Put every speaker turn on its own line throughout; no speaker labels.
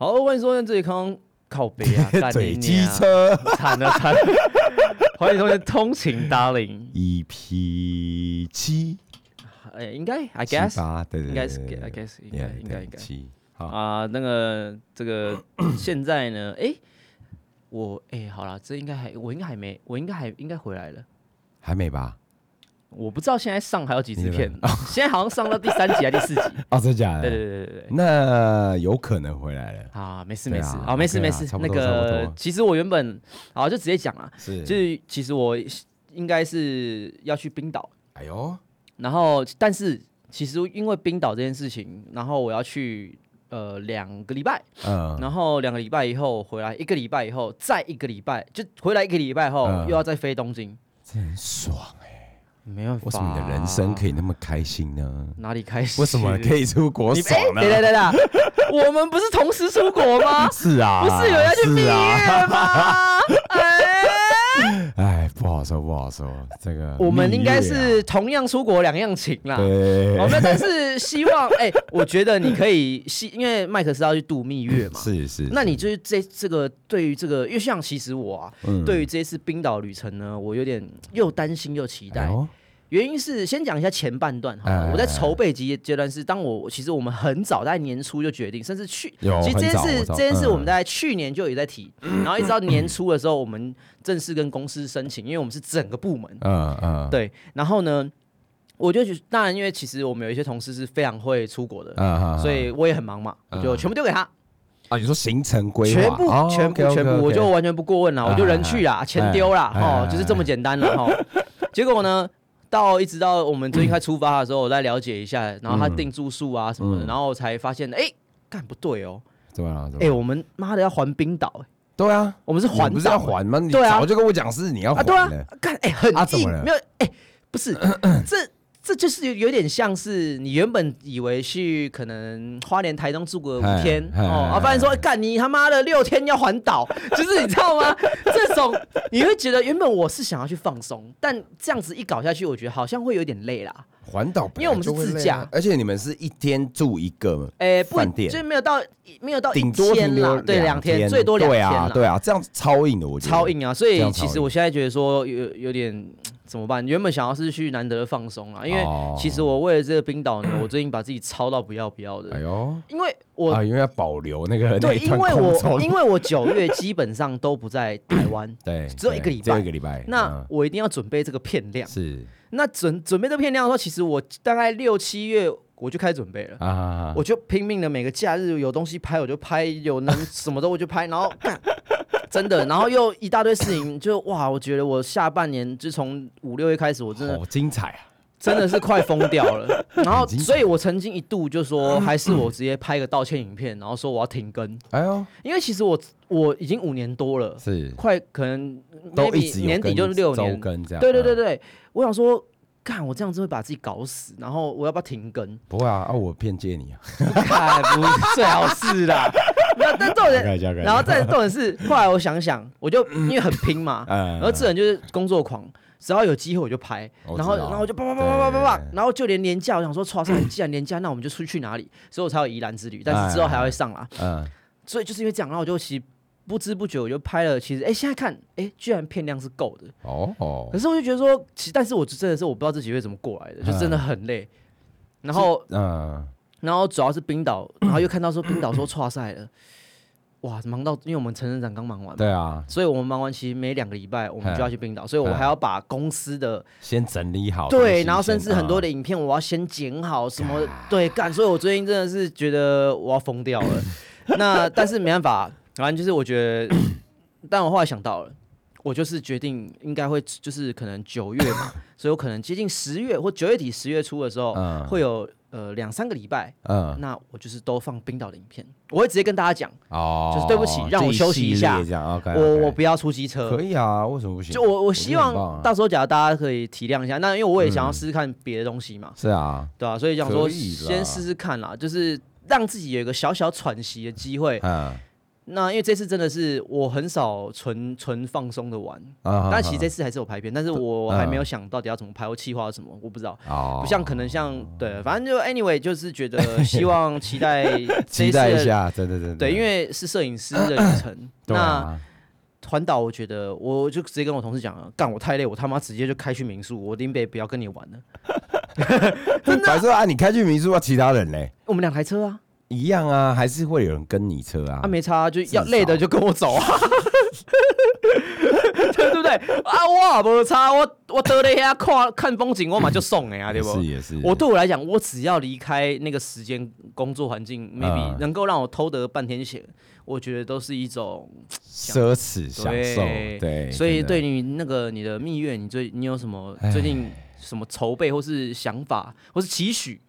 欧文说跟这里康靠北 啊，干你
嘴
娘
机车
惨了惨了， 黄宇同学通勤 darling，
EP E 七
哎，应该 I
七
guess
八，对对，
应该是
对
I
对
guess 应该
Yeah，
应该
对
应该
七好，
啊，那个这个 现在呢，哎，我哎好啦，这应该还我应该还没我应该还应该回来了。
还没吧？
我不知道现在上还有几支
你以为
片，现在好像上到第三集还是第 四集。
哦，真假的？
对对对对对。
那有可能回来了，
啊，没事
对
没
啊
事，好没事
OK
没
啦
事
差。不
那
多差不
个
多
其实我原本好就直接讲啦，
是
就是其实我应该是要去冰岛，
哎呦，
然后但是其实因为冰岛这件事情，然后我要去呃两个礼拜，
嗯，
然后两个礼拜以后回来，一个礼拜以后再一个礼拜，就回来一个礼拜后、
嗯
又要再飞东京，
真很爽哎！
没办法。
为什么你的人生可
以
以那么开心呢？
哪里开始？
为什么 可以出国
你哎、
爽呢啊
等？等等等，我们不是同时出国 吗？
是啊，
不是有人要去毕
是啊，
业吗？ 哎，
哎，不好说，不好说，这个
我们
蜜
应该
月啊
是哦同样出国两样情啦。
对，
我们但是希望，哎、我觉得你可以希，因为麦克是要去度蜜月嘛。
是是，
那
是
你就是这这个对于这个，因为像其实我啊，
嗯
对于这次冰岛旅程呢，我有点又担心又期待。
哎呦
原因是先讲一下前半段哈、
哎
我在筹备阶阶段是，当我其实我们很早在年初就决定，甚至去，
有
其实这件
很早
事
我知
这
道
件事
嗯
我们在去年就有在 提，然后一直到年初的时候，我们正式跟公司申请，因为我们是整个部门，
嗯嗯，
对，然后呢，我就觉当然因为其实我们有一些同事是非常会出国的，
嗯，嗯嗯
所以我也很忙嘛，我就全部丢给他，
啊，你说行程规划，
全部、
哦
全部、
，OK，OK，OK
全部，我就完全不过问了，
哎
我就人去啦，钱丢啦，
哎哎
哦
哎，
就是这么简单了 哈。结果呢，到一直到我们最近快出发的时候，我再了解一下，然后他订住宿啊什么的，
嗯
然后我才发现，哎，干不对哦，
怎么了？怎么
哎，
了？
我们妈的要环冰岛，哎
对啊，
我们是
你
环
不是要
岛
还吗？你
对啊
早就跟我讲是你要
啊，
还
对啊
的，，
干哎很
哦啊怎
硬
么了，
没有哎，不是这。这就是有有点像是你原本以为去可能花莲、台东住个五天
哎哎
哦，啊，发现说
哎
干你他妈的六天要环岛，就是你知道吗？这种你会觉得原本我是想要去放松，但这样子一搞下去，我觉得好像会有点累啦。
环岛本
因
来
为我们是
就会
自
累啊
驾
而且你们是一天住一个
哎，不
饭店
就是没有到没有到哦一
顶多
天
停留
啦，对，两
天，
最多两
对
天
啊
啦，
对啊，这样超硬的，我觉得
超。硬啊！所
这
以
样超
其实
硬
我现在觉得说有有点怎么办？原本想要是去难得的放松啊，因为
哦
其实我为了这个冰岛呢，我最近把自己操到不要不要
哎
的，
呦，
因为我
啊，因为要保留那个那
对，
一
因
段
为
空
我
窗，
因为我九月基本上都不在台湾
对
只有一个
对
礼拜
只有一个礼拜，
那
嗯
我一定要准备这个片量。
是
那准准备这个片量的时候，其实我大概六七月我就开始准备了。
啊，
我就拼命的每个假日有东西拍我就拍，有 能什么的我就拍，然后干真的，然后又一大堆事情，就哇，我觉得我下半年就从五六月开始，我真的
好精彩啊！
真的是快疯掉 了。然后，
很精彩
所以我曾经一度就
嗯
说，还是我直接拍个道歉影片，然后说我要停更，
哎呦，
因为其实我我已经五年多了，
是
快可能
嗯都
maybe
一直有
年底
跟
就六
周
年，
更这样，
对对对
嗯，
对，我想说，看我这样子会把自己搞死，然后我要不要停 更？
不会啊，啊，我骗借你啊，
看不是 最好是啦。那但重
开玩笑
点，
开玩笑
然后再重点 是，后来我想想，我就因为很拼嘛，
嗯
然后这人就是工作狂，只要有机会我就拍，
哦我知
然后
道
然后我就叭叭叭叭叭叭叭
对，
然后就连年假，我想说，哇塞，既然年假，那我们就出去哪里？所以我才有宜兰之旅，
哎
但是之后还会上啦。
嗯，
所以就是因为这样，然后我就其实不知不觉我就拍了，其实哎，现在看哎，居然片量是够的，
哦哦
可，是我就觉得说，其实但是我真的是我不知道这几个月怎么过来
哎
的，就真的很累。然后
嗯，
然后主要是冰岛，然后又看到说冰岛说 错赛了，哇，忙到因为我们陈省长刚忙完嘛，
对啊，
所以我们忙完其实每两个礼拜我们就要去冰岛，所以我还要把公司的
先整理好东西先，嗯
对，然后甚至很多
的
的影片我要先剪好什么对干，所以我最近真的是觉得我要疯掉了。那但是没办法，反正就是我觉得，但我后来想到了。我就是决定应该会就是可能九月嘛，所以我可能接近十月或九月底十月初的时候，
嗯
会有呃两三个礼拜
嗯，
那我就是都放冰岛的影片，我会直接跟大家讲，
哦，
就是对不起让我休息一下
这系列这样，OK，
我我不要出机车
可。以啊，为什么不行？
就我我
觉得
希
很棒
望
啊
到时候假如大家可以体谅一下，那因为我也想要试试看别的东西嘛，
是啊，
对吧、所以想说
可以啦
先试试看啦，就是让自己有一个小小喘息的机会，
嗯，
那因为这次真的是我很少纯纯放松的玩，
啊
但其实这次还是有排片，但是我还没有想到底要怎么排或计划什么，我不知道。
哦
不像可能像对，反正就 anyway 就是觉得希望期待 这
期待
次
一
的
下，真的真的，
对，因为是摄影师的旅程。
对
那
啊
环岛，我觉得我就直接跟我同事讲了，干我太累，我他妈直接就开去民宿，我林北不要跟你玩了。
反正啊，你开去民宿啊，其他人嘞
我们两台车啊，
一样啊，还是会有人跟你车啊
啊。没差啊，就要
至少
累的就跟我走啊， 对不对？啊，我也没差，我我得了遐看看风景，我嘛就送的啊，对
也
不？
是也是，
我对我来讲，我只要离开那个时间、工作环境，maybe、
嗯
能够让我偷得半天闲，我觉得都是一种
奢侈享受，
对
对，
所以
真的
对你那个你的蜜月，你最你有什么最近什么筹备，或是想法，或是期许？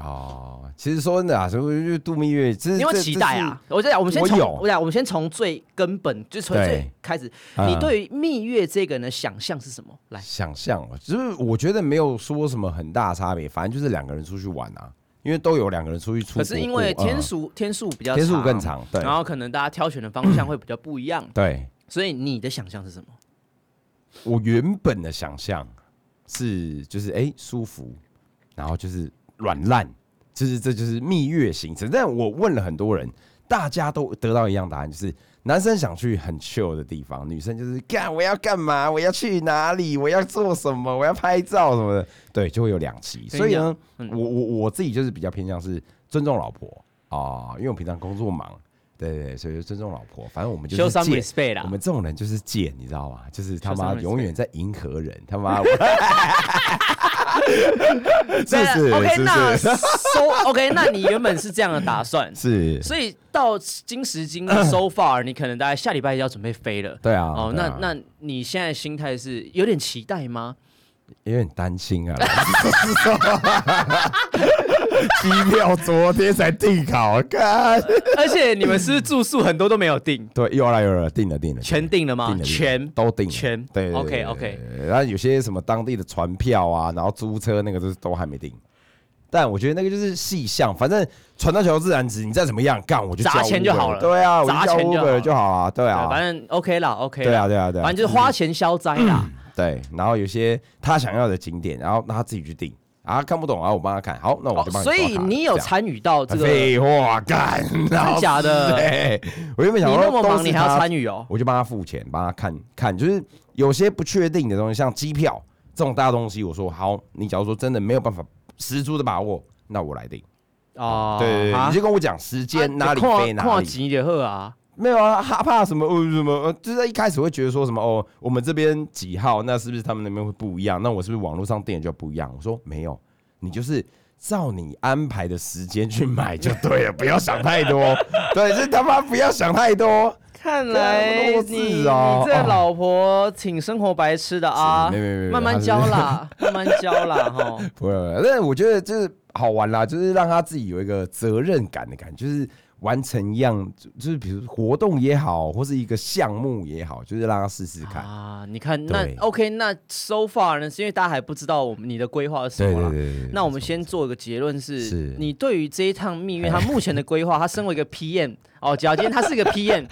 哦，其实说真的啊，所以就度蜜月，这
你有没有期待啊？？我在讲，我们先
我
从
有
我讲，我们先从最根本，就是从
对
最开始，
这是
你。
嗯
对于蜜月这个人的想象是什么？来，
想象哦，就是我觉得没有说什么很大的差别，反正就是两个人出去玩啊，因为都有两个人出去出国过。
可是因为
嗯
天数天数比较哦
天数更，长，对
然后可能大家挑选的方向会比较不一样，
对。
所以你的想象是什么？
嗯我原本的想象是就是哎、舒服，然后就是软烂，就是这就是蜜月行程。但我问了很多人，大家都得到一样答案，就是男生想去很 chill 的地方，女生就是干我要干嘛，我要去哪里，我要做什么，我要拍照什么的，对，就会有两期。
跟你
所以呢，
讲嗯
我我我自己就是比较偏向是尊重老婆啊、因为我平常工作忙。对对对，所以就尊重老婆。反正我们就
show
是
some
借
respect 啦
我。们这种人就是贱，你知道吗？就是他
小
妈
三
永远在迎合人，他妈我。
对
是不
啊
是？
OK，
是
那
不是？
收 OK，那你原本是这样的打算，
是，
所以到今时 今日 so far，你可能大概下礼拜要准备飞了。
对啊。
哦，
对
那
啊
那你现在心态是有点期待吗？
有点担心啊。机票昨天才订好，看。
而且你们是不是住宿很多都没有定，
对，有了有了，订了订了，
全定了吗
订？了
啊全
都订了，
全
对
OK OK。。
对对对然后有些什么当地的船票啊，然后租车那个都都还没定。但我觉得那个就是细项，反正船到桥自然直，你再怎么样干，我就
砸
叫
钱就
Uber
好了
对啊，我
砸
就叫
钱就好
Uber
了
就好啊，对
对
啊，
反正 OK 啦，OK
对
啦，
啊，对啊，对啊，嗯
反正就是花钱消灾啦。
对。然后有些他想要的景点，然后让他自己去定啊，看不懂啊，我帮他看。好，那我
哦
就帮，你刷
所
卡。
以你有
这样
参与到这个，你
废话干？真
假 的
对，我原本想说
那么
都
忙，
是
你还要
他
参与哦？
我就帮他付钱，帮他看看，就是有些不确定的东西，像机票这种大东西，我说好，你假如说真的没有办法十足的把握，那我来定。
哦，
对对对，
啊
你就跟我讲时间、
啊
哪里
看
飞哪
看
里。
急就好啊。
没有啊，他怕什么？呃，什么？呃，就是在一开始会觉得说什么哦，我们这边几号，那是不是他们那边会不一样？那我是不是网络上订的就不一样？我说没有，你就是照你安排的时间去买就对了，不要想太多。 对，是他妈不要想太多。
看
来
来
你
你你
你这
这老婆挺生活白痴的啊，
啊是没没没没
慢慢教 啦，慢慢教啦哈。
不会，不会但我觉得就是好玩啦，就是让他自己有一个责任感的感觉，就是完成一样，就就是比如活动也好，或是一个项目也好，就是让他试试 看。
啊，你看那
对
OK，那 so far 呢，是因为大家还不知道我们你的规划是什
对
么
对
啦
对。对对
那我们先做一个结论是，
是哎
你对于这一趟蜜月，他目前的规划，他身为一个 PM 哦，假如今天他是一个 PM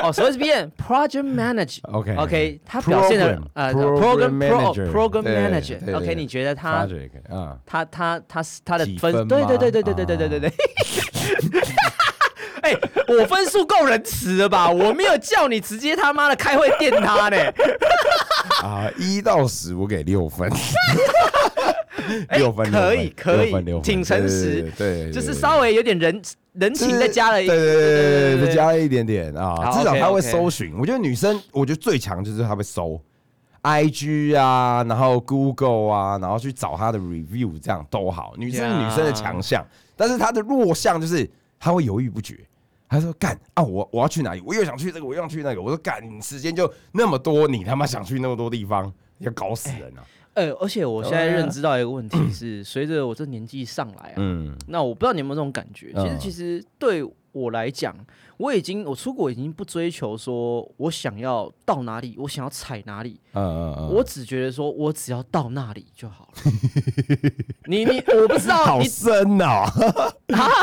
哦，所谓是 PM，Project Manager。
OK
OK，他表现的
Program-
呃
Program
pro-
Manager，
program
对对
manager。
对
OK，
对
你觉得他
project 啊，
他他他是他的
几
分，
分
对
吗啊
对对对对对对对对对。 哎、我分数够仁慈了吧？我没有叫你直接他妈的开会电他呢。
啊，一到十我给六分，
哎
六分，
可以
六分
可
六分六
以，
分
挺诚实，
对对，对
就是稍微有点人人情，再加了一
对对对对对，再
对
加了一点点啊，
好
至少
OK，
他会
OK
搜寻。我觉得女生，我觉得最强就是她会搜 IG 啊，然后 Google 啊，然后去找她的 review，这样都好。女生是
Yeah
女生的强项，但是她的弱项就是她会犹豫不决。她说：“干啊，我我要去哪里？我又想去这个，我又想去那个。”我说：“干，你时间就那么多，你他妈想去那么多地方，要搞死人啊！
哎，而且我现在
对啊
认知到一个问题是，随着我这年纪上来啊，
嗯，
那我不知道你有没有这种感觉。其实，
嗯
其实对我来讲，我已经我出国已经不追求说我想要到哪里，我想要踩哪里，
嗯嗯嗯，
我只觉得说我只要到那里就好 了。你你我不知道
好
你啊
深哦。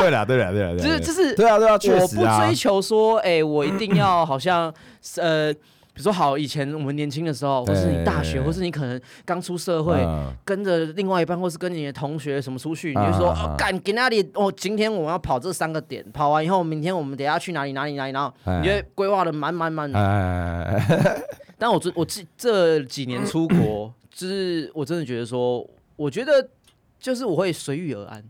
对啦对啦对啦对啦，
就是就是
对啊对啊，确
我
实
不
啊
追，求说，哎、我一定要好像呃，比如说好，以前我们年轻的时候，或是你大学，
哎
或是你可能刚出社会。
嗯
跟着另外一半，或是跟你的同学什么出去，你就说
啊啊啊
哦，干给那里哦，今天我们要跑这三个点，跑完以后，明天我们等一下去哪里哪里哪里，然后
哎
你就会规划的满满满的。
哎，
但我这我这这几年出国，就是我真的觉得说，我觉得就是我会随遇而安，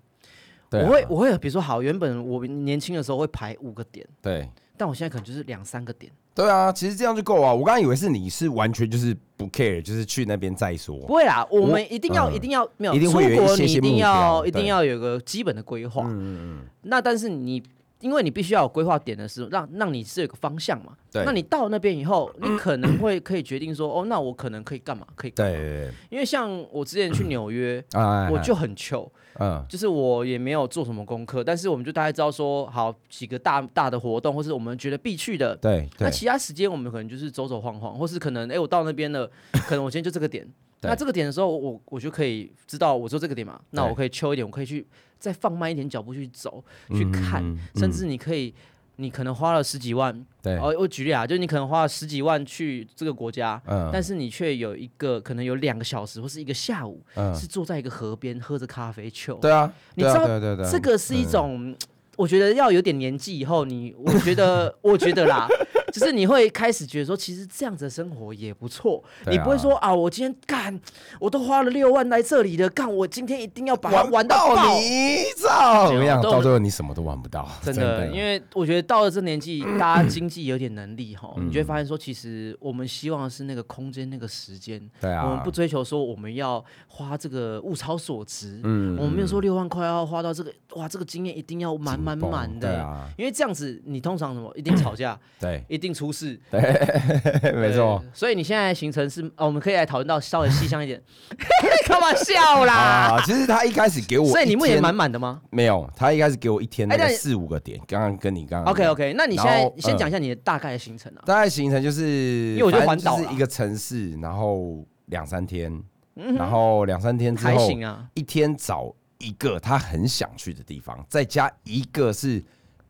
对啊
我会我会比如说好，原本我年轻的时候会排五个点，
对
但我现在可能就是两三个点。
对啊，其实这样就够啊。我刚刚以为是你是完全就是不 care，就是去那边再说。
不会啊啦，我
我
们一定要、
嗯
一定要没有
一定会有
出国，
一些
你
些
一定要
目标
一定
对
要有个基本的规划。
嗯嗯
那但是你因为你必须要有规划点的时候，让让你是有个方向嘛。
对
那你到那边以后， 你可能会可以决定说，哦，那我可能可以干嘛，可以干
对嗯
嘛。
对，
因为像我之前去纽约
对啊，
我就很糗，
嗯
就是我也没有做什么功课，但是我们就大概知道说，好几个大大的活动，或是我们觉得必去的。
对
那
对
其他时间我们可能就是走走晃晃，或是可能哎、诶我到那边 了，可能我今天就这个点。
对
那这个点的时候，我我就可以知道我做这个点嘛，那
对
我可以秋一点，我可以去再放慢一点脚步去走去看，
嗯
甚至你可以。你可能花了十几万，
对
哦，我举例啊，就是你可能花了十几万去这个国家，
嗯
但是你却有一个可能有两个小时或是一个下午、
嗯
是坐在一个河边喝着咖啡球，
对啊，
你
对啊
知道
对啊对啊对啊
这个是一种，我觉得要有点年纪以后，你 我觉得我觉得啦，就是你会开始觉得说，其实这样子的生活也不错，
对啊
你不会说啊，我今天干，我都花了六万来这里了，干，我今天一定要把它玩到
到
爆。
你操，怎么样？
对我
到最后你什么都玩不到，
真的，因为我觉得到了这年 纪，大家经济有点能力哈，你就会发现说，其实我们希望的是那个空间、那个时间，
对啊，
我们不追求说我们要花这个物超所值，
嗯
我们没有说六万块要花到这个，哇，这个经验一定要满满
紧绷
满
对
的，
啊
因为这样子你通常什么一定吵 架，
对，
一定出事，
没
对。
错
所以你现在的行程是，哦，我们可以来讨论到稍微细项一点， 干嘛笑啦？
啊。其实他一开始给我一天，
所以你目前满满的吗
没有，他一开始给我一天那
哎
个
那你
四五个点，刚刚跟你刚刚
？OK OK，那你现
然
在
后
先
嗯
讲一下你的大概的行程啊。
大概行程就是，因
为我觉得环岛啦
是一个城市，然后两三天，然后两三天之
还
后，
行啊
一天找一个他很想去的地方，再加一个是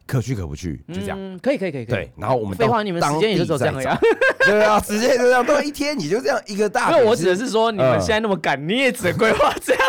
可去可不去，就这样。
嗯，可以可以可以。可以
对，，然后我们
废
到
话，你们
当
时间也就
地
只有这
再
样而已啊。
找对啊，时间也就这样，都一天你就这样一个大
没
本事。
有， 我指的是说你们
嗯
现在那么赶，你也只能规划这样。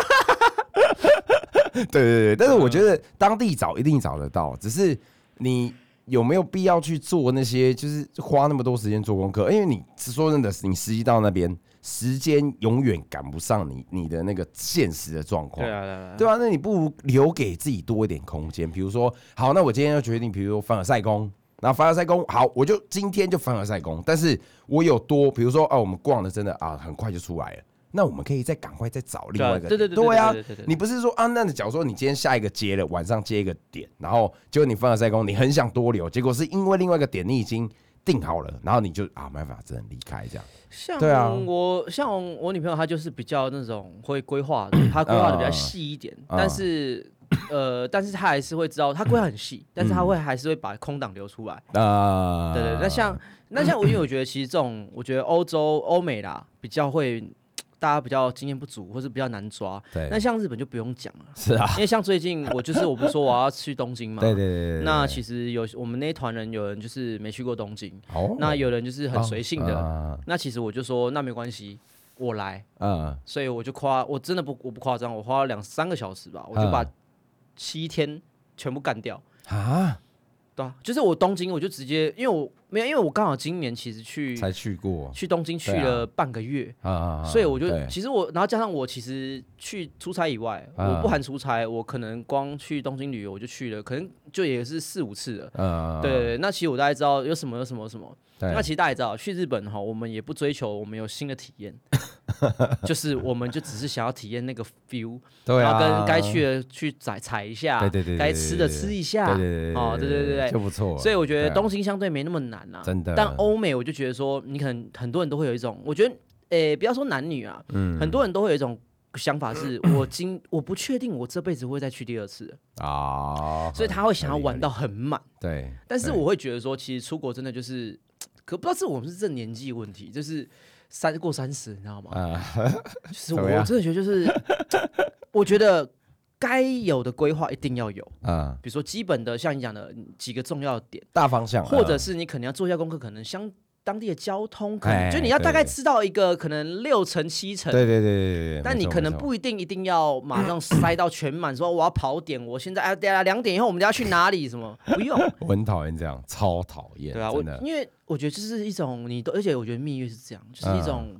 对对对，但是我
嗯
觉得当地找一定找得到，只是你有没有必要去做那些，就是花那么多时间做功课？因为你说真的，你实际到那边，时间永远赶不上你你的那个现实的状况。
啊，对啊
对啊，那你不如留给自己多一点空间。比如说，好，那我今天要决定，比如说凡尔赛宫，然后凡尔赛宫，好，我就今天就凡尔赛宫。但是我有多，比如说，哦，我们逛的真的啊，很快就出来了。那我们可以再赶快再找另外一个
对啊对对
点
对对
对啊
对对对对对！
你不是说啊？那你假如说你今天下一个接了，晚上接一个点，然后结果你凡尔赛宫，你很想多留，结果是因为另外一个点你已经定好了，然后你就啊没办法，只能离开这样。
像
对啊
我像我女朋友她就是比较那种会规划 的，她规划的比较细一点，
嗯
但是呃，但是她还是会知道，她规划很细，但是她会还是会把空档留出来。
嗯啊，
对对，那像那像我因为我觉得其实这种，我觉得欧洲欧美啦比较会。大家比较经验不足，或是比较难抓。
啊对
那像日本就不用讲了，
是啊，
因为像最近我就是我不是说我要去东京嘛，
对对对对，
那其实有我们那一团人有人就是没去过东京，
哦
那有人就是很随性的，
啊
那其实我就说那没关系，我来，
嗯
所以我就夸我真的不我不夸张，我花了两三个小时吧，我就把
嗯
七天全部干掉，
啊，
对啊，就是我东京我就直接，因为我没有，因为我刚好今年其实去
才去过
去东京去
对啊
了半个月，
啊啊，啊
所以我就
对
其实我然后加上我其实去出差以外，
啊
我不含出差，我可能光去东京旅游我就去了，可能就也是四五次了。
呃
对对，对那其实我大概知道有什么有什么有什么，
对
那其实大家也知道，去日本哈，我们也不追求我们有新的体 验，就是我们就只是想要体验那个 feel，、
对
然后
啊，
跟该去的去踩踩一下，
对对对对
该吃的
对对
吃一
对
下，
对对
哦，对对对对。
就不错了。
所以我觉
对
得
啊
东京相对没那么难啊，
真的
但欧美我就觉得说，你可能很多人都会有一种，我觉得诶、不要说男女啊，
嗯
很多人都会有一种想法是，我今 我不确定我这辈子会再去第二次，
哦啊，
所以他会想要玩到很满。
对，
但是
对
我会觉得说，其实出国真的就是，可不知道是我们是这年纪问题，就是三过三十，你知道吗？
啊，
就是
怎
我
么样
我真的觉得就是， 我觉得该有的规划一定要有，
嗯，
比如说基本的像你讲的几个重要点，
大方向，
或者
嗯
是你可能要做一下功课，可能相当地的交通，可能
哎
就你要
对
大概
对
知道一个可能六成七成。
嗯对对对对对对，
但
没
你
错
可能，
没错
不一定一定要马上塞到全满，说我要跑点，我现在哎，对啊，两点以后我们要去哪里？什么不用，
我很讨厌这样，超讨厌，
对啊，我
真的，
因为我觉得就是一种你都，而且我觉得蜜月是这样，就是
嗯
一种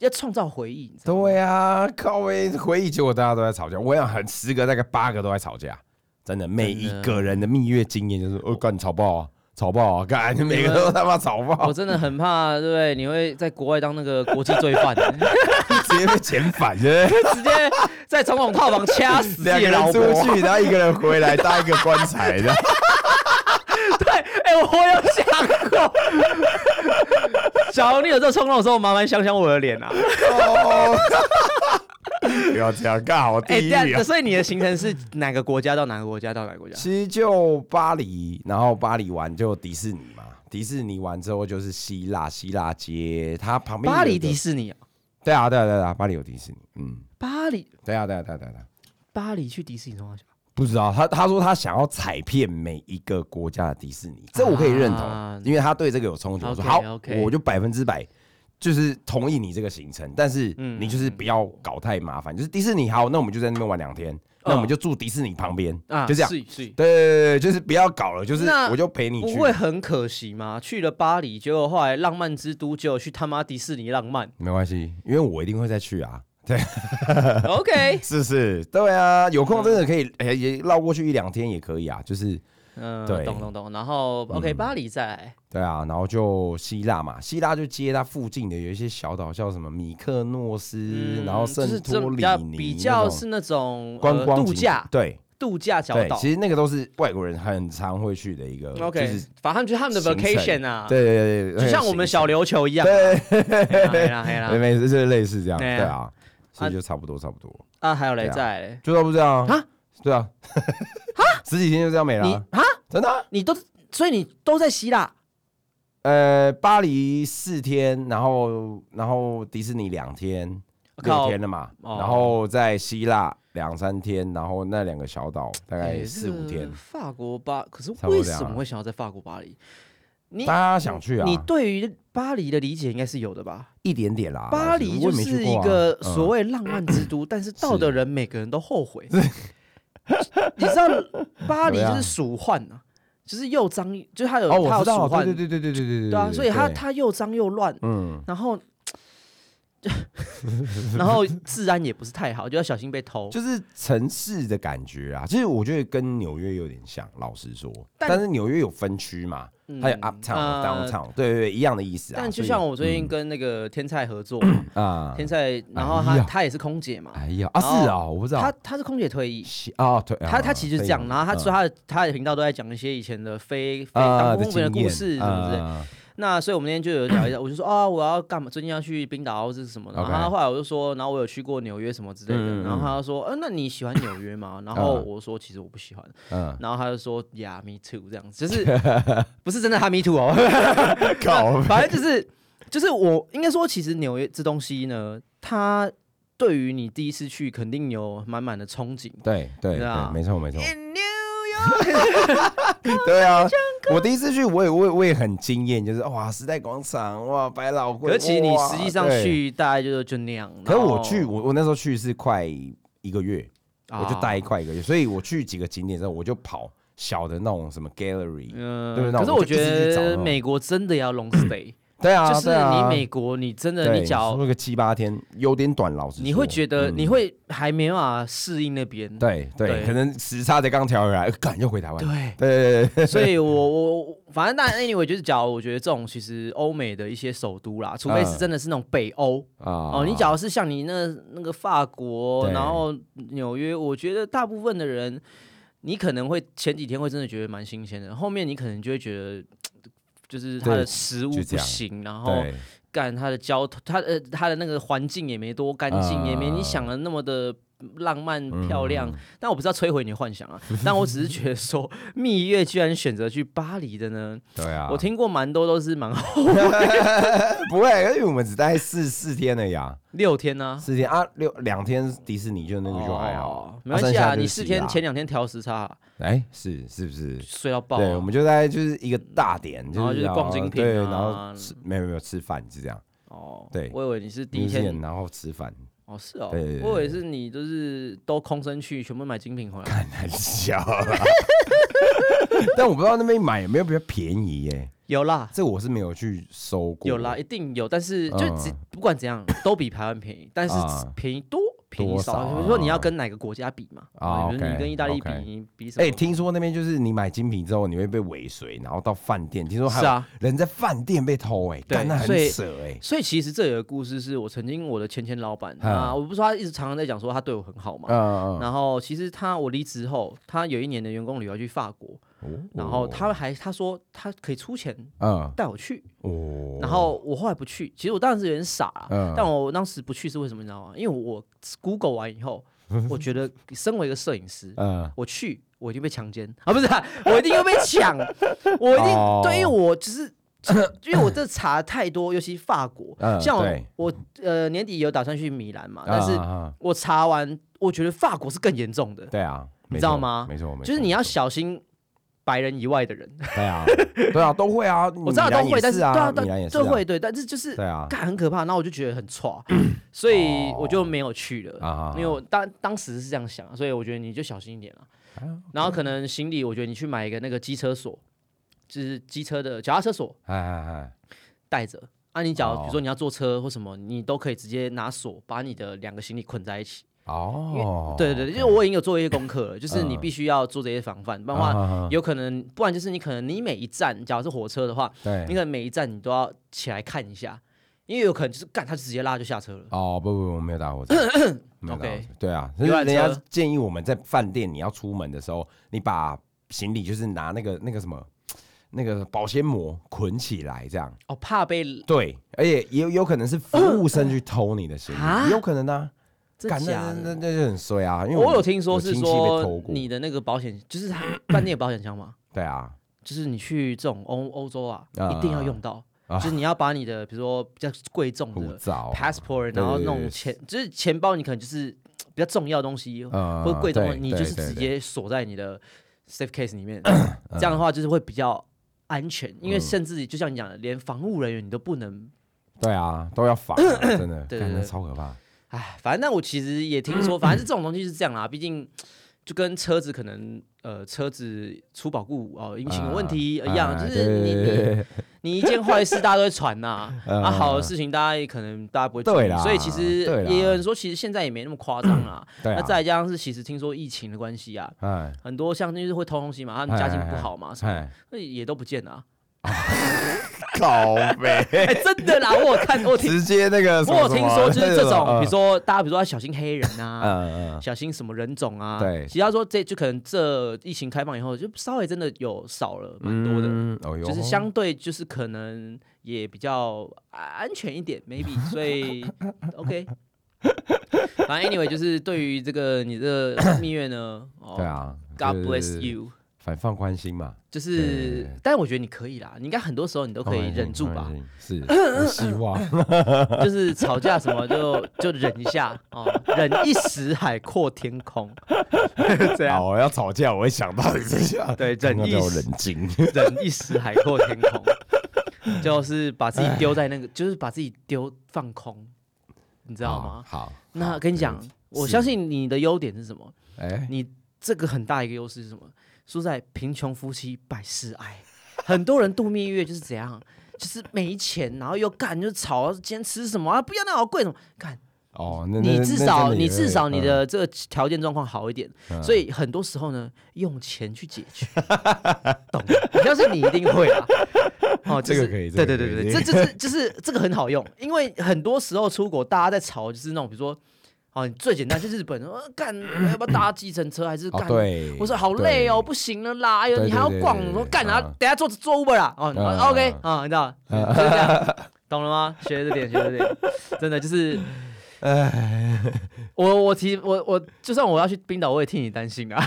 要创造回忆，你知道吗？
对啊，靠喂，回忆结果大家都在吵架，我想很十个大概八个都在吵架，真的，每一个人的蜜月经验就是，哦，干你吵爆啊，吵爆啊，干每个都他哦妈吵
我
爆，
真的很怕，对不对？你会在国外当那个国际罪 犯，
直接被遣返，对不对？
直接在总统套房掐死自
两
己
个
的老
人
婆。
出去，然后一个人回来搭一个棺材的，
哎、我有想过，假如你有这冲动的时候，麻烦想想我的 脸啊。
哦不要这样干，我
哎、
地
对
狱
啊，
啊！
所以你的行程是哪个国家到哪个国家到哪个国家？
其实就巴黎，然后巴黎玩就迪士尼嘛，迪士尼完之后就是希腊，希腊街，它旁边
巴黎迪
士
士尼啊，
对啊，对啊，对啊，巴黎有迪士尼，嗯，
巴黎
对啊，对啊，对啊，对啊，对啊
巴黎去迪士尼冲浪去
不知道他他说他想要踩遍每一个国家的迪士尼，这我可以认同，
啊
因为他对这个有憧憬。我
OK，
说好
OK
我就百分之百就是同意你这个行程，但是
嗯
你就是不要搞太麻烦，就是迪士尼好，那我们就在那边玩两天，那我们就住迪士尼旁边，
嗯啊，
就这样。
是是。
对对对，就是不要搞了，就是
那
我就陪你
不
去。
会很可惜吗？去了巴黎，结果后来浪漫之都，结果去他妈迪士尼浪漫
没关系，因为我一定会再去啊。对，
，OK，
是不是？对啊，有空真的可以，哎也绕过去一两天也可以啊。就是
嗯，
对嗯
懂懂懂。然后 OK，巴黎再来，
对啊，然后就希腊嘛，希腊就接它附近的有一些小岛，叫什么米克诺斯，
嗯
然后
就
圣
是这
托
种比
里
较
尼
比
那
较
种
是那种
观光
呃
景
度
点
假
对
度假小
对，
岛
其实那个都是外国人很常会去的一个
，OK，
就是
反正他们就是他们的
行程
vacation 啊，，
对对对对，
就像我们小琉球一样，哎
对
对啦对
对，
啦。
没事，就是类似这样，
对啊
对啊，所以就差不多差不多，
啊，还有嘞，
对啊
再来嘞，
就差不多这样
啊，
对啊，十几天就这样没了
你
啊，
啊，
真的啊。
你都所以你都在希腊，
呃，巴黎四天，然后然后迪士尼两天，
靠
六天了嘛，
哦
然后在希腊两三天，然后那两个小岛大概
哎
四五天
这个，法国巴，可是
差不多
为
这样
什么
啊
会想要在法国巴黎？你
大家想去啊，
你对于巴黎的理解应该是有的吧？
一点点啦。
巴
老
黎就
啊实说我也没
是
去
一
过啊
个
嗯
所谓浪漫之都，但是到的人每个人都后 悔。 你知道巴黎就是鼠患啊，就是又脏，就是它有
哦，我
它有
知道，
鼠
对
患，
对对对对对对对
对啊，所以它
对
它又脏又乱，
嗯，
然后 然后治安也不是太好，就要小心被偷。
就是城市的感觉啊，其实我觉得跟纽约有点像，老实说，
但
但是纽约有分区嘛，
嗯
还有 uptown、
呃
downtown，对对对，一样的意思啊。
但就
所以
像我最近跟那个天菜合作嘛，
啊，
天菜，然后
哎
她
呀
她也是空姐嘛，
哎呀啊
然后
是啊，我不知道，
她她是空姐退役，
西哦，对，
他他其实是这样，然后他说
他
他的他的频道都在讲一些以前的非非
啊
当空服员的故事什么之类。
嗯
那所以我们那天就有聊一下，我就说啊，我要干嘛？最近要去冰岛或是什么的。然
OK
后他后来我就说，然后我有去过纽约什么之类
嗯
的。
嗯嗯啊
然后他就说，呃，那你喜欢纽约吗？然后我说其实我不喜欢。
嗯，
然后他就说，Yeah, me too，这样子，就是 不是真的他 me too 哦，
靠，
反正就是就是我应该说，其实纽约这东西呢，它对于你第一次去肯定有满满的憧憬。
对对
对啊
对，没错没错，
In New
对啊，我第一次去，我也我也我也很惊艳，就是哇，时代广场，哇，百老汇，
可是其实你
哇
实际上，去大概就是就那样。
啊对可是
然
我
后
去，，我我那时候去是快一个月，我就待
啊，
快一个月，所以我去几个景点之后，我就跑小的那种什么 gallery，
嗯、
对
可
那我
是
就
我
一直
觉
去找那
得
种
美国真的要 long stay，、
对 啊，
就是
对啊
你美国你真的
对
你脚
说个七八天，有点短，老师
你会觉得你会还没办法适应那边。
对对，
对
可能时差才刚调回来，呃赶又回台湾，
对
对对对对。
所以我我我反正但 anyway 就是假如我觉得这种其实欧美的一些首都啦，除非是
嗯
真的是那种北欧、
啊
哦，你假如是像你那那个法国，
对
然后纽约，我觉得大部分的人，你可能会前几天会真的觉得蛮新鲜的，后面你可能就会觉得，就是它
对
的食物
就这
不
样
行，然后
对
干它的交通，它呃它的那个环境也没多干净，也
嗯
没你想的那么的浪漫漂亮。但我不是要摧毁你的幻想啊，但我只是觉得说，蜜月居然选择去巴黎的呢，
对 啊，
我听过蛮多都是蛮好
不会，因为我们只待四四天而已啊，
六天呢、啊。
四天啊，六两天迪士尼就那个就还好，
哦没关系啊，
啊剩下就是
你四天
啦
前两天调时差啊，
哎、是是不是？
睡到爆啊、
对，我们就在就是一个大点，
然后就
是
是逛精品啊
对，然后吃没有没有吃饭是这样，
哦，
对
我以为你是第一天
然后吃饭，
哦，是哦，
对对对
我以为是你就是都空身去，全部买精品回来。
很难笑啦。 但我不知道那边买有没有比较便宜耶、
有啦，
这我是没有去搜过。
有啦，一定有，但是就只、
嗯
不管怎样，都比台湾便宜，但是
啊
便宜多。便宜
多
少，
少啊
比如说你要跟哪个国家比嘛？
啊
比如你
OK，
跟意大利比
OK
你比什么？
哎、听说那边就是你买精品之后，你会被尾随，然后到饭店。听说还
是
有
啊
人在饭店被偷、哎、
对
干那很
所以
扯哎、
所以其实这有个故事，是我曾经我的前前老板
嗯
啊，我不是说他一直常常在讲说他对我很好嘛。
嗯嗯
然后其实他我离职后，他有一年的员工旅游去法国，
嗯，
然后他还他说他可以出钱
嗯
带我去，
哦，
然后我后来不去，其实我当时有点傻啦，
嗯
但我当时不去是为什么你知道吗？因为我 Google 完以后，我觉得身为一个摄影师，
嗯
我去我一定被强奸啊，不是啊、我一定会被抢， 我一定、
哦
对，因为我只、 是。因为我这查太多，尤其法国，
嗯
像我
对
我呃年底有打算去米兰嘛，但
啊
是
啊啊
我查完，我觉得法国是更严重的，
对啊，
你
没
知道
错
吗
没错，没错
就是你要小心白人以外的人，
对 啊，对啊，都会啊，
我知道
米兰
都会，
也
但
是
对啊，
啊，
对
米兰也
啊
是
都
啊
会对，但是就是
对啊，哦
干很可怕，然后我就觉得很 差，所以我就没有去了。
啊
因为我当当时是这样想，所以我觉得你就小心一点了。
啊
然后可能行李，我觉得你去买一个那个机车锁，就是机车的脚踏车锁
哎哎哎，
带着。啊，你脚
哦
比如说你要坐车或什么，你都可以直接拿锁把你的两个行李捆在一起。
哦，嗯
对对对，因为我已经有做一些功课了，就是你必须要做这些防范，不然的话
啊
有可能，不然就是你可能你每一站，假如是火车的话，你
对，
可能每一站你都要起来看一下，因为有可能就是干他就直接拉就下车了。
哦不不，不，没有打 火车。没有打火
OK
车对啊，
游
所以
览
人家
车
建议我们在饭店你要出门的时候，你把行李就是拿那个那个什么那个保鲜膜捆起来，这样
哦，怕被
对，而且也有有可能是服务生去偷你的行
啊
李，也有可能啊，
真
干那
假
那那
的？
那就很衰啊，因为
我
们
有听说是
亲戚被偷
说
过
你的那个保险，就是他饭店的保险箱嘛，
对啊，
就是你去这种欧欧洲啊，
啊
一定要用到，
啊
就是你要把你的比如说比较贵重
护
的
照啊
passport，
对
然后
对
那
对
种钱，就是钱包，你可能就是比较重要的东西
呃
或者贵重的东西，
对
你就
对
是
对
直
对
接锁在你的 safe case 里 面，这样的话就是会比较安全，因
嗯
为甚至就像你讲的，连防务人员你都不能
对啊，都要罚啊， 真的，
对对
干那
对
超可怕。
唉，反正那我其实也听说，反正这种东西是这样啦，毕竟就跟车子可能呃车子出保固哦、引擎有问题、
啊
一样，
啊
就是你
对
你你一 件坏事大家都会传呐、啊，
啊
好的事情大家也可能大家不会注
对
意
啦
所以其实
对啦
也有人说，其实现在也没那么夸张啦。
对啊，
那再加上是其实听说疫情的关系啊，
哎
很多像就是会偷东西嘛，他们家境不好嘛，什么
哎，
那也都不见 了啊。
靠呗，
哎，真的啦，我有看我有听
直接那个什
我
么
有
什么，
听
啊
说就是这种，比如
说，
说大家比如说要小心黑人啊，
呃 嗯嗯
小心什么人种啊？
对
其实他说这就可能这疫情开放以后，就稍微真的有少了蛮
嗯，
多的，
嗯，哦哟，
就是相对就是可能也比较啊安全一 点，maybe，所以 OK。反正 anyway，就是对于这个 你的蜜月呢，哦、
对啊
g o d
就
bless
是
you，
反放宽心嘛，
就是，但我觉得你可以啦，你应该很多时候你都可以忍住吧，
放宽心？放宽心是，我希望
就是吵架什么 就就忍一下哦，忍一时海阔天 空，这样。
好要吵架，我会想到你这下，
对
刚刚
忍一
叫我
时
冷静，
人一时海阔天空， 就是把自己丢在那个，就是把自己丢放空，你知
知
道吗？
哦好，
那跟你讲，我相信你的优点是什么？
哎，
你这个很大一个优势是什么？说在贫穷夫妻百事哀，很多人度蜜月就是怎样，就是没钱，然后又干，就吵，今天吃什么啊？不要那好贵什么？干，
哦，那
你
那
至
那
少
真的
你
也
至
会
少你
嗯
的这个条件状况好一点，
嗯
所以很多时候呢，用钱去解决， 懂吗？要是你一定会啊。哦，就
这个
是
可以
对
这个
对
可
对对，
以
这
这
这这就是这个很好用，因为很多时候出国大家在吵，就是那种比如说，哦，最简单就是日本，呃干要不要搭计程车还是
哦
干？
对，
我说好累哦，不行了啦，哎呦，
对
你还要
对对
逛，
对
我说
对
干，然后
嗯
等下坐坐 Uber 啦，哦
嗯
，OK
嗯
啊，你知道，就是这样。懂了吗？学着点，学着点，真的就是，哎，我我其实我我就算我要去冰岛，我也替你担心啊。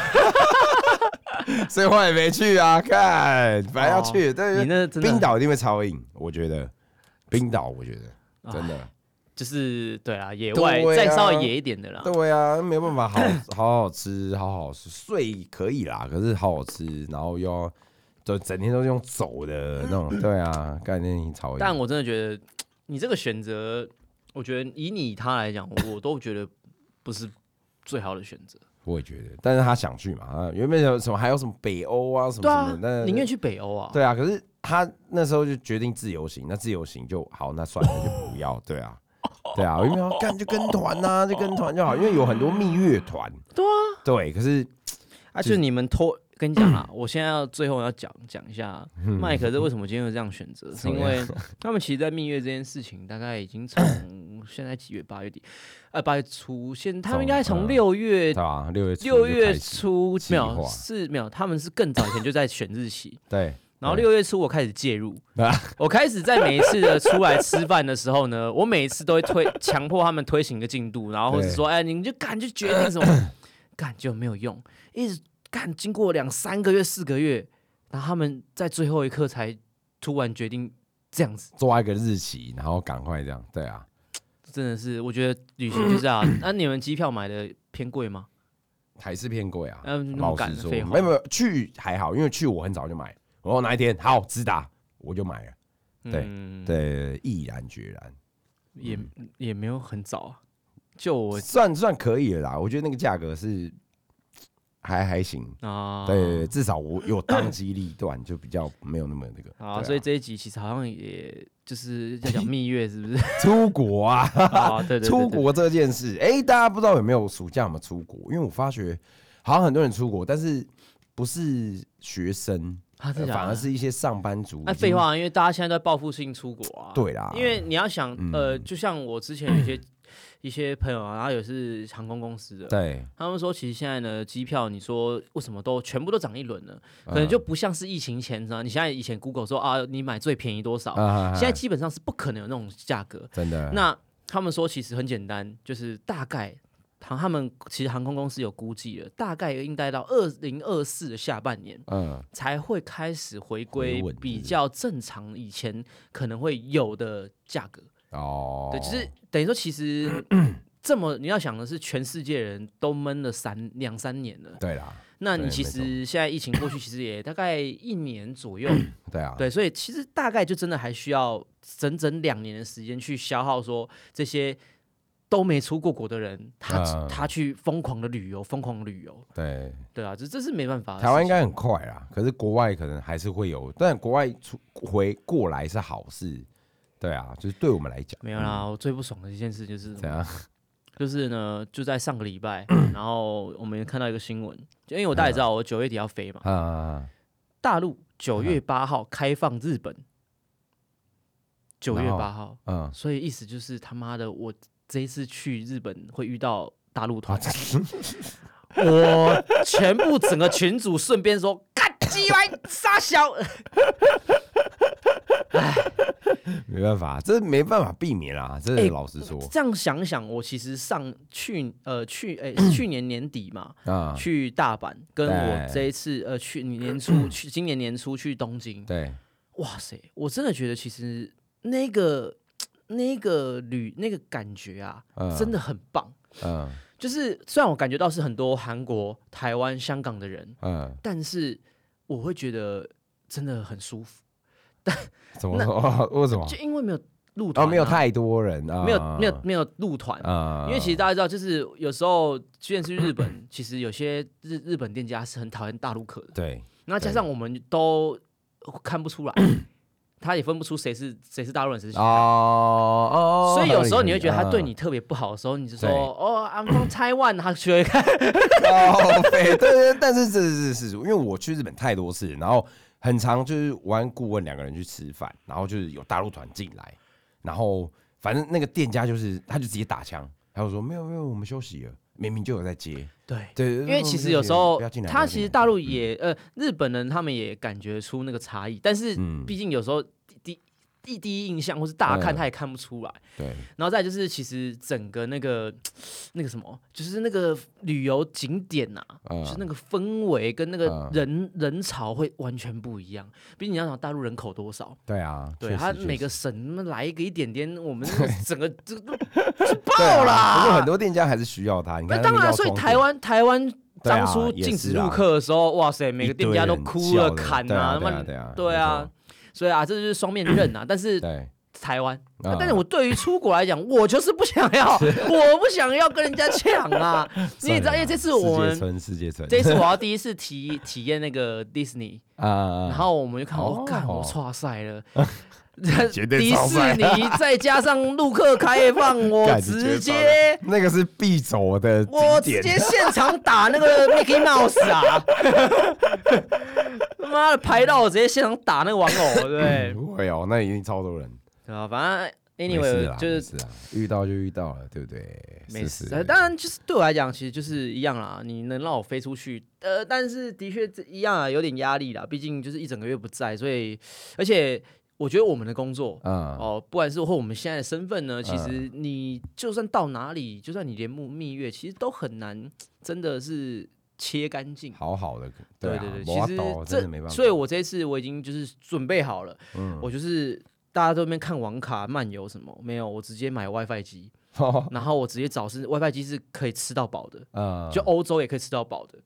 所以我也没去啊。 看，本来要去，但是
哦你那真的
哎冰岛一定会超硬，我觉得。冰岛，我觉
哎
得真的，
就是对啊，野外
对啊
再稍微野一点的啦。
对啊，没有办法好， 好好吃，好好吃，睡可以啦，可是好好吃，然后又要就整天都是用走的那种，对啊，概念超硬。
但我真的觉得你这个选择，我觉得以你他来讲，我都觉得不是最好的选 择。
我也觉得，但是他想去嘛，啊原本有什么还有什么北欧啊什么
对
什
啊
么，那，
宁愿去北欧啊。
对啊，可是他那时候就决定自由行，那自由行就好，那算了，就不要，对啊，对啊，因为要干就跟团呐、就跟团就好，因为有很多蜜月团，
对啊，
对，可是
啊，就是你们拖。跟你 讲啊，我现在要最后要讲讲一下啊麦克是为什么今天会这样选择，是
嗯怎么
因为他们其实，在蜜月这件事情，大概已经从现在几月八月底，呃八月初，现他们应该
从
从
嗯
六月
对啊，六月初就
六月
开始
初
计
没
划
有是没有，他们是更早以前就在选日期，
对，
然后
对
六月初我开始介入
嗯 啊，
我开始在每一次的出来吃饭的时候呢， 我每一次都会推强迫他们推行一个进度，然后或者
对
说，哎，你们就赶就决定什么， 干就没有用，一直干经过两三个月、四个月，然后他们在最后一刻才突然决定这样子，
抓一个日期，然后赶快这样，对啊，
真的是我觉得旅行就这 样。那、你们机票买的偏贵吗？
还是偏贵啊，
呃那么
老
赶
实说，没
废
有
话
没有去还好，因为去我很早就买，然后哪一天好直达我就买了，对
嗯、
对，毅然决然。
也也没有很早啊，就我
算算可以了啦，我觉得那个价格是还还行。
啊，
对对对，至少我有当 机立断，就比较没有那么那个。
好啊、
对
所以 这一集其实好像也就是在讲蜜月，是不是？
出国啊，
啊， 对对对对
出国这件事，哎、大家不知道有没有暑假有没有出国？因为我发觉好像很多人出国，但是不是学生，
啊，真的假的
呃反而是一些上班族。
那废，话，因为大家现在都在报复性出国啊。，
对啦，
因为你要想，
嗯
呃，就像我之前有一些一些朋友啊，然后也是航空公司的。
对，
他们说，其实现在呢，机票你说为什么都全部都涨一轮呢？
嗯
可能就不像是疫情前呢。你现在以前 Google 说啊，你买最便宜多少，哦
啊
现在基本上是不可能有那种价格。
真的
那他们说其实很简单，就是大概航他们其实航空公司有估计了，大概应该到二零二四的下半年
嗯，
才会开始回
回
归
稳是
比
不是
较正常以前可能会有的价格。
哦，
对，就是等于说其 实。这么你要想的是，全世界人都闷了三两三年了。
对啦，
那你
对
其
没错
实现在疫情过去，其实也大概一年左 右，
对啊，
对，所以其实大概就真的还需要整整两年的时间去消耗，说这些都没出过国的人，他、
嗯
他去疯狂的旅游，疯狂旅游，
对，
对啊，这这是没办法的事情。
台湾应该很快啦，可是国外可能还是会有，但国外出回过来是好事，对啊，就是对我们来讲
没有啦，我最不爽的一件事就是
怎嗯样？
就是呢，就在上个礼 拜，然后我们也看到一个新闻，就因为我大家也知道我九月底要飞嘛，
啊，
大陆九月八号开放日本，九月
然后
八号，
嗯，
所以意思就是他妈的，我这一次去日本会遇到大陆
啊哦
团。我全部整个群主顺便 说干鸡歪傻小，
没办法，这没办法避免啦，这
哎
老实说
这样想想，我其实上去呃去 哎、去年年底嘛，
啊，
去大阪，跟我
对
这一次呃去年初去今年年初去东京，
对，
哇塞，我真的觉得其实那个那个旅那个感觉啊，
嗯
真的很棒。
嗯
就是虽然我感觉到是很多韩国、台湾、香港的人，
嗯，
但是我会觉得真的很舒服，
怎么说？ 为什么
就？因为没有啊路团、
哦，没有太多人啊，
没有没有没有路团。
啊，
因为其实大家知道，就是有时候，即便是去日本，其实有些日日本店家是很讨厌大陆客的。
对
那加上我们都看不出来，他也分不出谁是谁是大陆人，谁是
哦哦，
所以有时候你会觉得他
合
对
理
你特别不好的时候，你就说
对
哦，I'm from Taiwan，他学一 看，
哦，对对对，但是这是是，因为我去日本太多次，然后很常就是我跟顾问两个人去吃饭，然后就是有大陆团进来，然后反正那个店家就是他就直接打枪，他就说没有没有，我们休息了，明明就有在接，
对。
对，
因为其实有时候
不要进，来，嗯
他其实大陆也呃，日本人他们也感觉出那个差异，但是
嗯
毕竟有时候第第第第一印象或是大家看
嗯
他也看不出来。
对，
然后再来就是，其实整个那个那个什么，就是那个旅游景点呐、
嗯
就是那个氛围跟那个
嗯
人、人潮会完全不一样。毕竟你要想大陆人口多少，
对啊，
对
确
他
实确
每
实
个省那么来一个一点点，我们那个整个这 个都
对啊
爆啦。
不过很多店家还是需要它，你
那
看他
当
们
然，
要
所以
装
台
点
湾台湾
对啊
当初
也
禁
是
止
啊
入客的时候，哇塞，每个店家都哭了、
一堆人叫的
砍
对啊，
他
对啊
妈
对啊，
对啊，所以啊，这就是双面刃啊。但
没
是
错，对。
台湾，
啊
但是我对于出国来讲，我就是不想 要，我不想要跟人家抢啊。你也知道，因为这次我
世界
们
村，世界村，
这次我要第一次体体验那个 Disney，
啊，
然后我们就看，
哦
我干，我错赛了。
绝对
迪
超
士
赛
尼再加上陆客开 放，我
干你绝
直
对超
接
那个是必走的景
我直
点，
接现场打那个 Mickey Mouse 啊！他妈的，排到我直接现场打那个玩偶， 对
不会哦，那一定超多人。
对啊，反正
没事啦
anyway 就是
没事啊，遇到就遇到了，对不对？
没
是
事
是
呃当然就是对我来讲，其实就是一样啦。你能让我飞出去，呃，但是的确这一样啊，有点压力啦。毕竟就是一整个月不在，所以而且我觉得我们的工作。
啊，
哦，不管是或我们现在的身份呢，其实你就算到哪里，就算你连木蜜月，其实都很难，真的是切干净。
好好的，
对
啊
对，
没
其实
办法
这
真的没办法。嗯
所以我这一次我已经就是准备好了，我就是大家都在那边看网卡、漫游什么，没有，我直接买 WiFi 机， 然后我直接找是 WiFi 机是可以吃到饱的，
呃，
就欧洲也可以吃到饱的。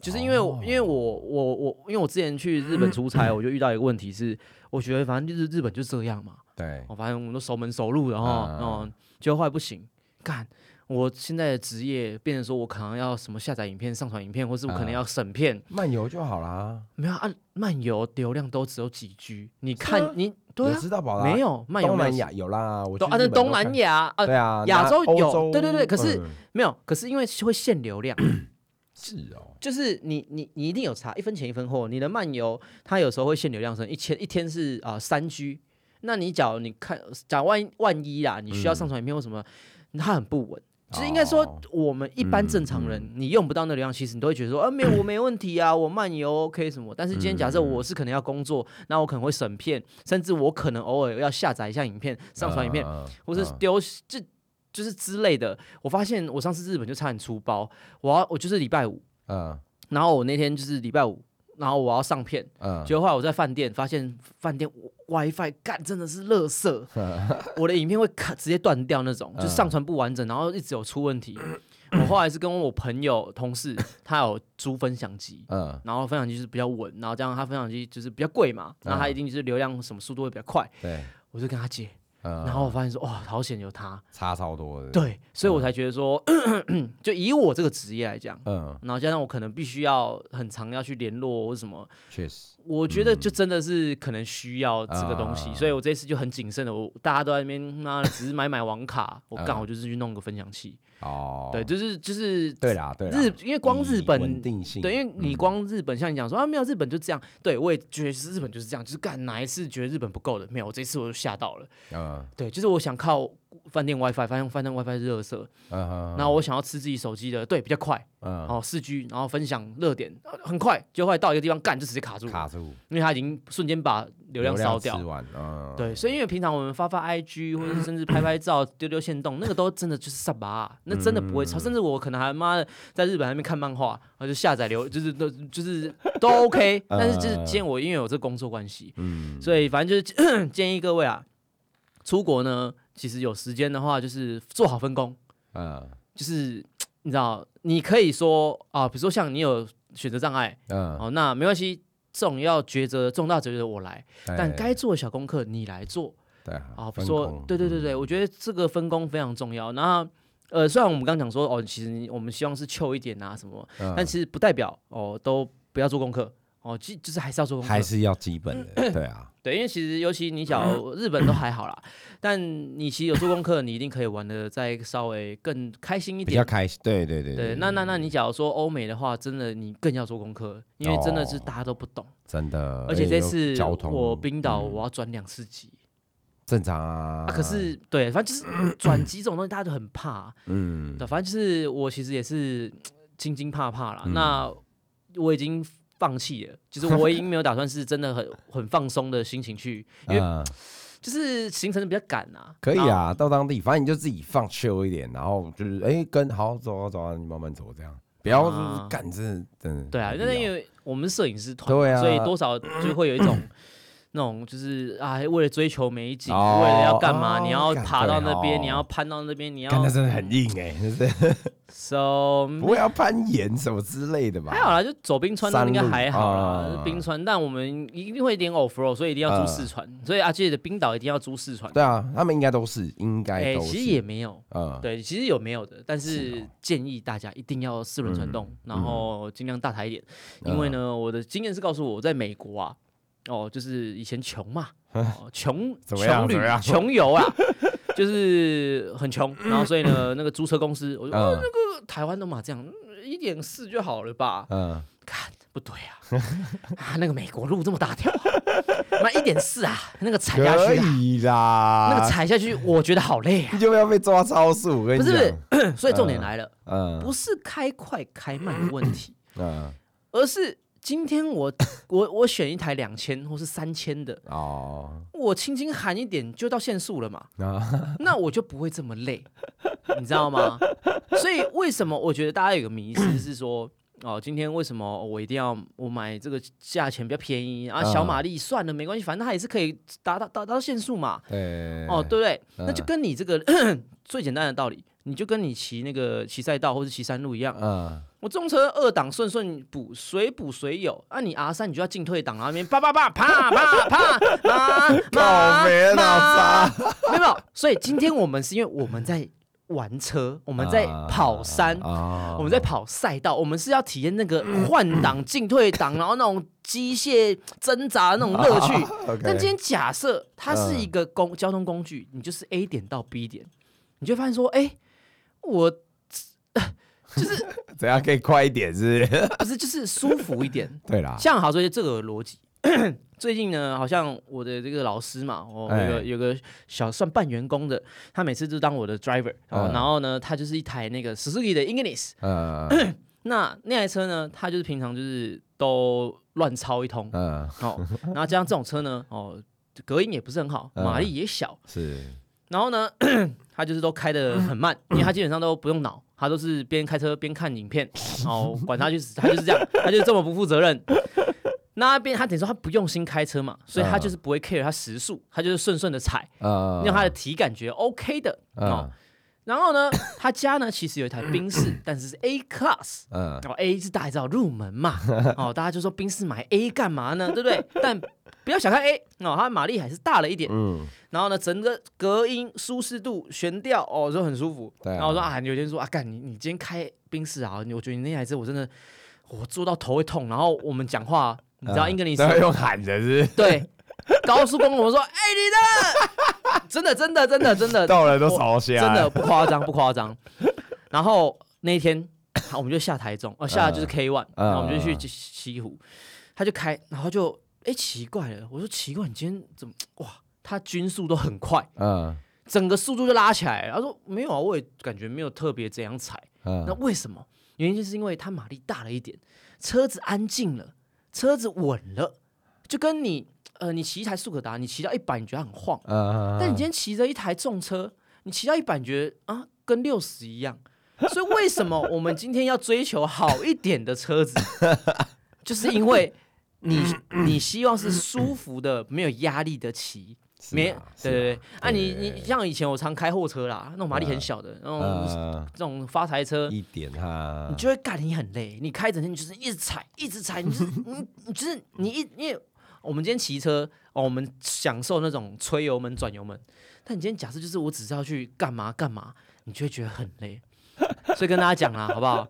就是因为我、
哦
因为我我我因为我之前去日本出差，我就遇到一个问题是，我觉得反正就是日本就这样嘛，
对
我发现我们都熟门熟路的哈，
嗯
嗯，结果后来不行，干。我现在的职业变成说，我可能要什么下载影片、上传影片，或是我可能
嗯
要审片，
漫游就好啦，
没有啊，漫游流量都只有几 G，你看你对
有
啊，
吃到饱啦。
没有漫游
东
没有
南亚有啦，我
东
去
啊，
日
那
本
东
都
南
看
亚啊
对啊，
亚
那
洲
欧
有对对对可是
嗯
没有，可是因为会限流量，
是哦，
就是你你你一定有差，一分钱一分货，你的漫游它有时候会限流量成一千一天是啊三 G，那你假如你看假如万一万一啦，你需要上传影片或什么，它很不稳。就是应该说
哦，
我们一般正常人，你用不到那流量，其实你都会觉得说，啊，没有我没问题啊，我漫游 OK 什么。但是今天假设我是可能要工作，那我可能会审片，甚至我可能偶尔要下载一下影片，上传影片，
嗯，嗯嗯
或是
嗯
丢就就是之类的。我发现我上次日本就差点出包，我要我就是礼拜五，
嗯
然后我那天就是礼拜五，然后我要上片，
嗯，
结果后来我在饭店发现饭店 WiFi 干真的是垃 圾，
嗯
我的影片会卡直接断掉那种，就上传不完整，然后一直有出问题。我后来是跟我朋友同 事，他有租分享机。
嗯
然后分享机就是比较稳，然后这样他分享机就是比较贵嘛，那他一定就是流量什么速度会比较快，
对，
我就跟他借，
嗯，
然后我发现说哇好险有他，
差超多的，，
对，所以我才觉得说， 就以我这个职业来讲，
嗯，
然后加上我可能必须要很常要去联络或什么，
确实，
我觉得就真的是可能需要这个东西，
啊
所以我这次就很谨慎的，我大家都在那边妈的只是买买网卡，我刚好就是去弄个分享器，
嗯哦，
对，就是就是
对嗯啦，对啦，
日，因为光日
以稳
本。
定性，
对，因为你光日本，像你讲说啊，没有日本就这样。对我也觉得是日本就是这样，就是干哪一次觉得日本不够的，没有，我这次我就吓到了。
嗯
对，就是我想靠饭店 WiFi，发现饭店 WiFi 是热色，
嗯嗯，
然后我想要吃自己手机的，对，比较快，
嗯
哦，四 G，然后分享热点，呃很快，就后来到一个地方干就直接卡住，
卡住，
因为它已经瞬间把流量烧掉
吃。完，嗯，
对，所以因为平常我们发发 IG 或者是甚至拍拍 照、丢丢线动，那个都真的就是萨巴啊，那真的不会超。
嗯
甚至我可能还妈的在日本还没看漫画，然后就下载流，就是都就是都 OK。但是就是今天我因为有这工作关系，
嗯，
所以反正就是 建议各位啊，出国呢，其实有时间的话就是做好分工，
嗯
就是你知道，你可以说啊，比如说像你有选择障碍，
嗯，
哦，那没关系，这种要抉择重大抉择我来，但
对
该做的小功课你来做
哎对
啊。比如
分
说
工，嗯
对对对对，我觉得这个分工非常重要。那呃，虽然我们刚讲说哦，其实你我们希望是秋一点啊什么，
嗯
但其实不代表哦都不要做功课哦，就就是还是要做功课
还。是要基本 的，对啊，
对，因为其实尤其你讲 日本都还好啦，但你其实有做功课，你一定可以玩的再稍微更开心一
比
点
较。开心，对对对
对，那那那你假如说欧美的话，真的你更要做功课，因为真的是大家都不懂，
真的，
而且这
又
次
哦呃交通嗯
我冰岛我要转两次机。
正常啊
啊，可是对，反正就是 转机这种东西，大家都很怕。
嗯，
对，反正就是我其实也是惊惊怕怕
嗯
啦。那我已经放弃了，就是我已经没有打算是真的很很放松的心情去，因为
嗯
就是行程比较赶啊。
可以
然后，
啊，到当地，反正你就自己放 chill 一点，然后就是哎、跟好走啊走啊，你慢慢走这样，不要就是
啊
干这真的
对啊，
没必
那因
要
为我们是摄影师团嘛，
对啊
所以多少就会有一种那种就是啊，为了追求美景，
哦
为了要干嘛，
哦
你要
干
爬到
对
那边，
哦
你要攀到那边，你要
干那真的很硬哎、 就是
so
不会要攀岩什么之类的吧？
还好啦，就走冰川那应该
山路
还好啦，
啊
就冰川。但我们一定会点 off road，所以一定
嗯
要租四船，所以阿啊记得冰岛一定要租四船。
对啊，他们应该都是，应该
哎，
都是。
其实也没有，
嗯，
对，其实有没有的，但
是
是
哦
建议大家一定要四轮传动，然后尽量大台一点，
嗯
因为呢，我的经验是告诉我，我在美国啊。哦，就是以前穷 嘛，哦穷
怎么样
穷旅
怎么样
穷游 啊，就是很穷，然后所以呢，那个租车公司，我就、
嗯
哦那个台湾的嘛，这样一点四就好了吧，
嗯，
看不对啊， 啊那个美国路这么大条、啊，那一点四啊，那个踩下
可
去啊，
以
那
啦
个，踩下去我觉得好累啊
你。就不要被抓超速，我跟你
不
讲。
是，不 是，所以重点来了，
嗯
不是开快开慢的问题，
嗯，
而是今天 我我我选一台两千或是三千的，
哦，
我轻轻喊一点就到限速了嘛，
啊，
那我就不会这么累，你知道 吗？所以为什么我觉得大家有个迷思是说，哦，今天为什么我一定要我买这个价钱比较便宜啊？
嗯
小马力算了，没关系，反正它也是可以达到达达到限速嘛，
对，
哦，对不对？
嗯
那就跟你这个最简单的道理。你就跟你骑那个骑赛道或是骑山路一样，
嗯，
我中车二档顺顺补，随补随有。啊，你 R 三你就要进退档啊，那边叭叭叭啪啪啪，妈
告
妈
别脑
妈
渣，
没有没有，所以今天我们是因为我们在玩车，我们在跑山，
啊
我们在跑赛道，我们是要体验那个换挡、进退档，然后那种机械挣扎的那种乐趣。
OK
但今天假设它
嗯
是一个公交通工具，你就是 A 点到 B 点，你就会发现说，哎、我
怎样可以快一点？是不是？。
不是就是舒服一点
对啦，
像好，所以这个逻辑。最近呢，好像我的这个老师嘛，我有个、
哎
有个小算半员工的，他每次就当我的 driver，、哦
嗯、
然后呢，他就是一台那个 Suzuki 的 Ignis，
嗯
那那台车呢，他就是平常就是都乱抄一通，
嗯，
哦，然后加上这种车呢，哦，隔音也不是很好，
嗯
马力也小，
是，
然后呢， 他就是都开的很慢，因为他基本上都不用脑，他都是边开车边看影片，哦，管他去死，他就是这样， 他就是这么不负责任。那边他等于说他不用心开车嘛，所以他就是不会 care 他时速，他就是顺顺的踩，
嗯，
让他的体感觉 OK 的哦
嗯。
然后呢，他家呢其实有一台宾士，但是是 A Class，
嗯，
哦 A 是大家知道入门嘛，哦大家就说宾士买 A 干嘛呢，对不对？但不要小看 A 哦，它马力还是大了一点，
嗯，
然后呢，整个隔音、舒适度、悬吊哦，就很舒服。
对啊
然后我说啊，有些人说啊，干你你今天开宾士啊，你我觉得你那台车我真的我坐到头会痛。然后我们讲话，你知道英格尼斯
呃都要用喊 的是不
对高速公路，我说哎你的，真的真的真的真
是，
的
到了都烧瞎，
真的，不夸张不夸张。然后那一天我们就下台中，哦下就是 K one，
嗯
然后我们就去西西湖，他就开，然后就哎奇怪了，我说奇怪，你今天怎么哇？他均速都很快。
嗯
整个速度就拉起来了。他说没有啊，我也感觉没有特别怎样踩。那
嗯，
为什么？原因就是因为它马力大了一点，车子安静了，车子稳了，就跟你呃，你骑一台速可达，你骑到一百你觉得很晃，
嗯，
但你今天骑着一台重车，你骑到一百你觉得啊跟六十一样。所以为什么我们今天要追求好一点的车子， 就是因为你你希望是舒服的、没有压力的骑。
是
没
啊，
对
是
对对，啊你你像以前我常开货车啦，那种马力很小的，那
啊
种
嗯
这种发财车，
一嗯点哈，
你就会干你很累，你开一整天你就是一直踩一直踩， 你就是你你就是你一因为我们今天骑车哦，我们享受那种吹油门转油门，但你今天假设就是我只是要去干嘛干嘛，你就会觉得很累，所以跟大家讲啦，好不好？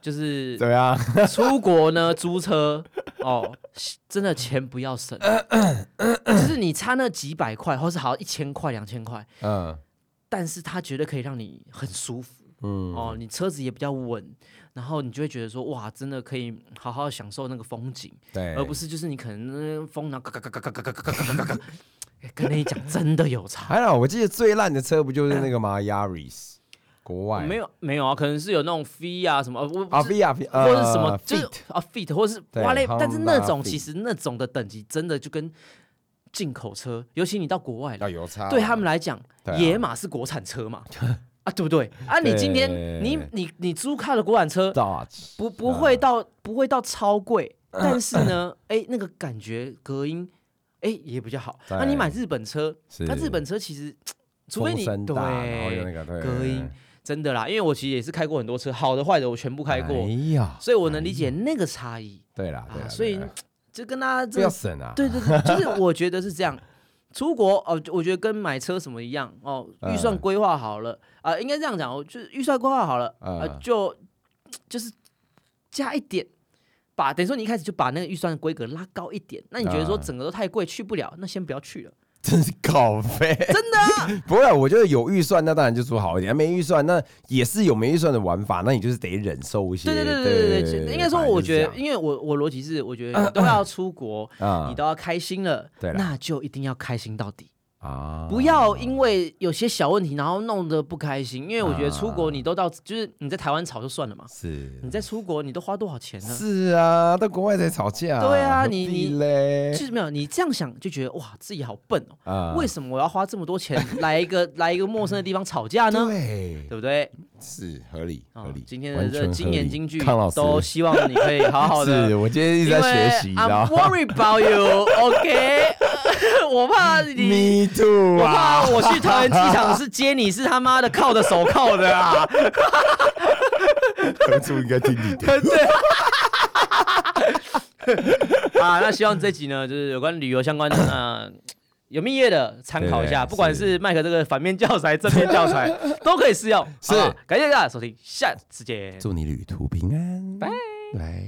就是
怎么样？
出国呢，租车哦，真的钱不要省，就是你差那几百块，或是好一千块、两千块，
嗯
但是它绝对可以让你很舒服
嗯，
哦，你车子也比较稳，然后你就会觉得说哇，真的可以好好享受那个风景，
对，
而不是就是你可能呃风然后嘎嘎嘎嘎嘎嘎嘎嘎嘎嘎嘎，哎跟你讲真的有差。
还好，我记得最烂的车不就是那个吗？Yaris，国外
没
有
有没有啊，可能是有那种 V 啊什么，呃我不
啊
是
，VR，
或者是什么，
呃
就是
Fit
啊 fit，或者是
对
哇嘞，但是那
Honda
种
Fit
其实那种的等级真的就跟进口车，尤其你到国外了，
要有差，
对他们来讲，
啊对啊
野马是国产车 嘛，啊，对不对？啊，你今
对
天你你你租开了国产车，
大气
不不会
啊
到不会到超贵，但是呢， 哎，那个感觉隔音，哎也比较好。
对
那你买日本车，
是
那日本车其实，除非你
风声
对
大然后有那个对
隔音，真的啦，因为我其实也是开过很多车，好的坏的我全部开过，
哎呀，
所以我能理解那个差异
对啦，对
啊
啦，，
所以
对啦
就跟大家
不
这
要
个
省 啊，
对对对，就是我觉得是这样。出国哦，我觉得跟买车什么一样哦，预算
嗯
规划好了啊、应该这样讲，哦，就是预算规划好了啊、
嗯
就就是加一点，把等于说你一开始就把那个预算规格拉高一点。那你觉得说
嗯
整个都太贵，去不了，那先不要去了。
真是稿费，真的、 不会啊，我觉得有预算，那当然就做好一点；没预算，那也是有没预算的玩法，那你就是得忍受一些。
对对对对对对，应该说我觉得，因为我我逻辑是，我觉得你都要出国，
啊
你都要开心了，
对啦
那就一定要开心到底。
啊，
不要因为有些小问题，然后弄得不开心。因为我觉得出
啊
国你都到，就是你在台湾吵就算了嘛，
是
你在出国你都花多少钱呢？
是啊，到国外才吵架，
对啊
何
你
必
你
嘞
就是没有你这样想就觉得哇自己好笨哦，
啊
为什么我要花这么多钱 来一个来一个陌生的地方吵架呢？
对
对不对？
是合理
啊
合理，
今天的
完
这
全
个
合
经典
理
金句
康老师
都希望你可以好好
是
的。
我今天一直
因
在
为
学习，你知
I'm
道吗
worried about you, OK？我 怕你，
？Me too
我
啊
怕，我去桃园机场是接你是他妈的靠的手铐的啊！
当初应该听 你的。
啊，那希望这集呢，就是有关旅游相关的， 呃，有蜜月的参考一下，
对
不管
是
是麦克这个反面教材、正面教 材，都可以适用。
是
好吧感谢大家的收听，下次见。
祝你旅途平安，拜拜。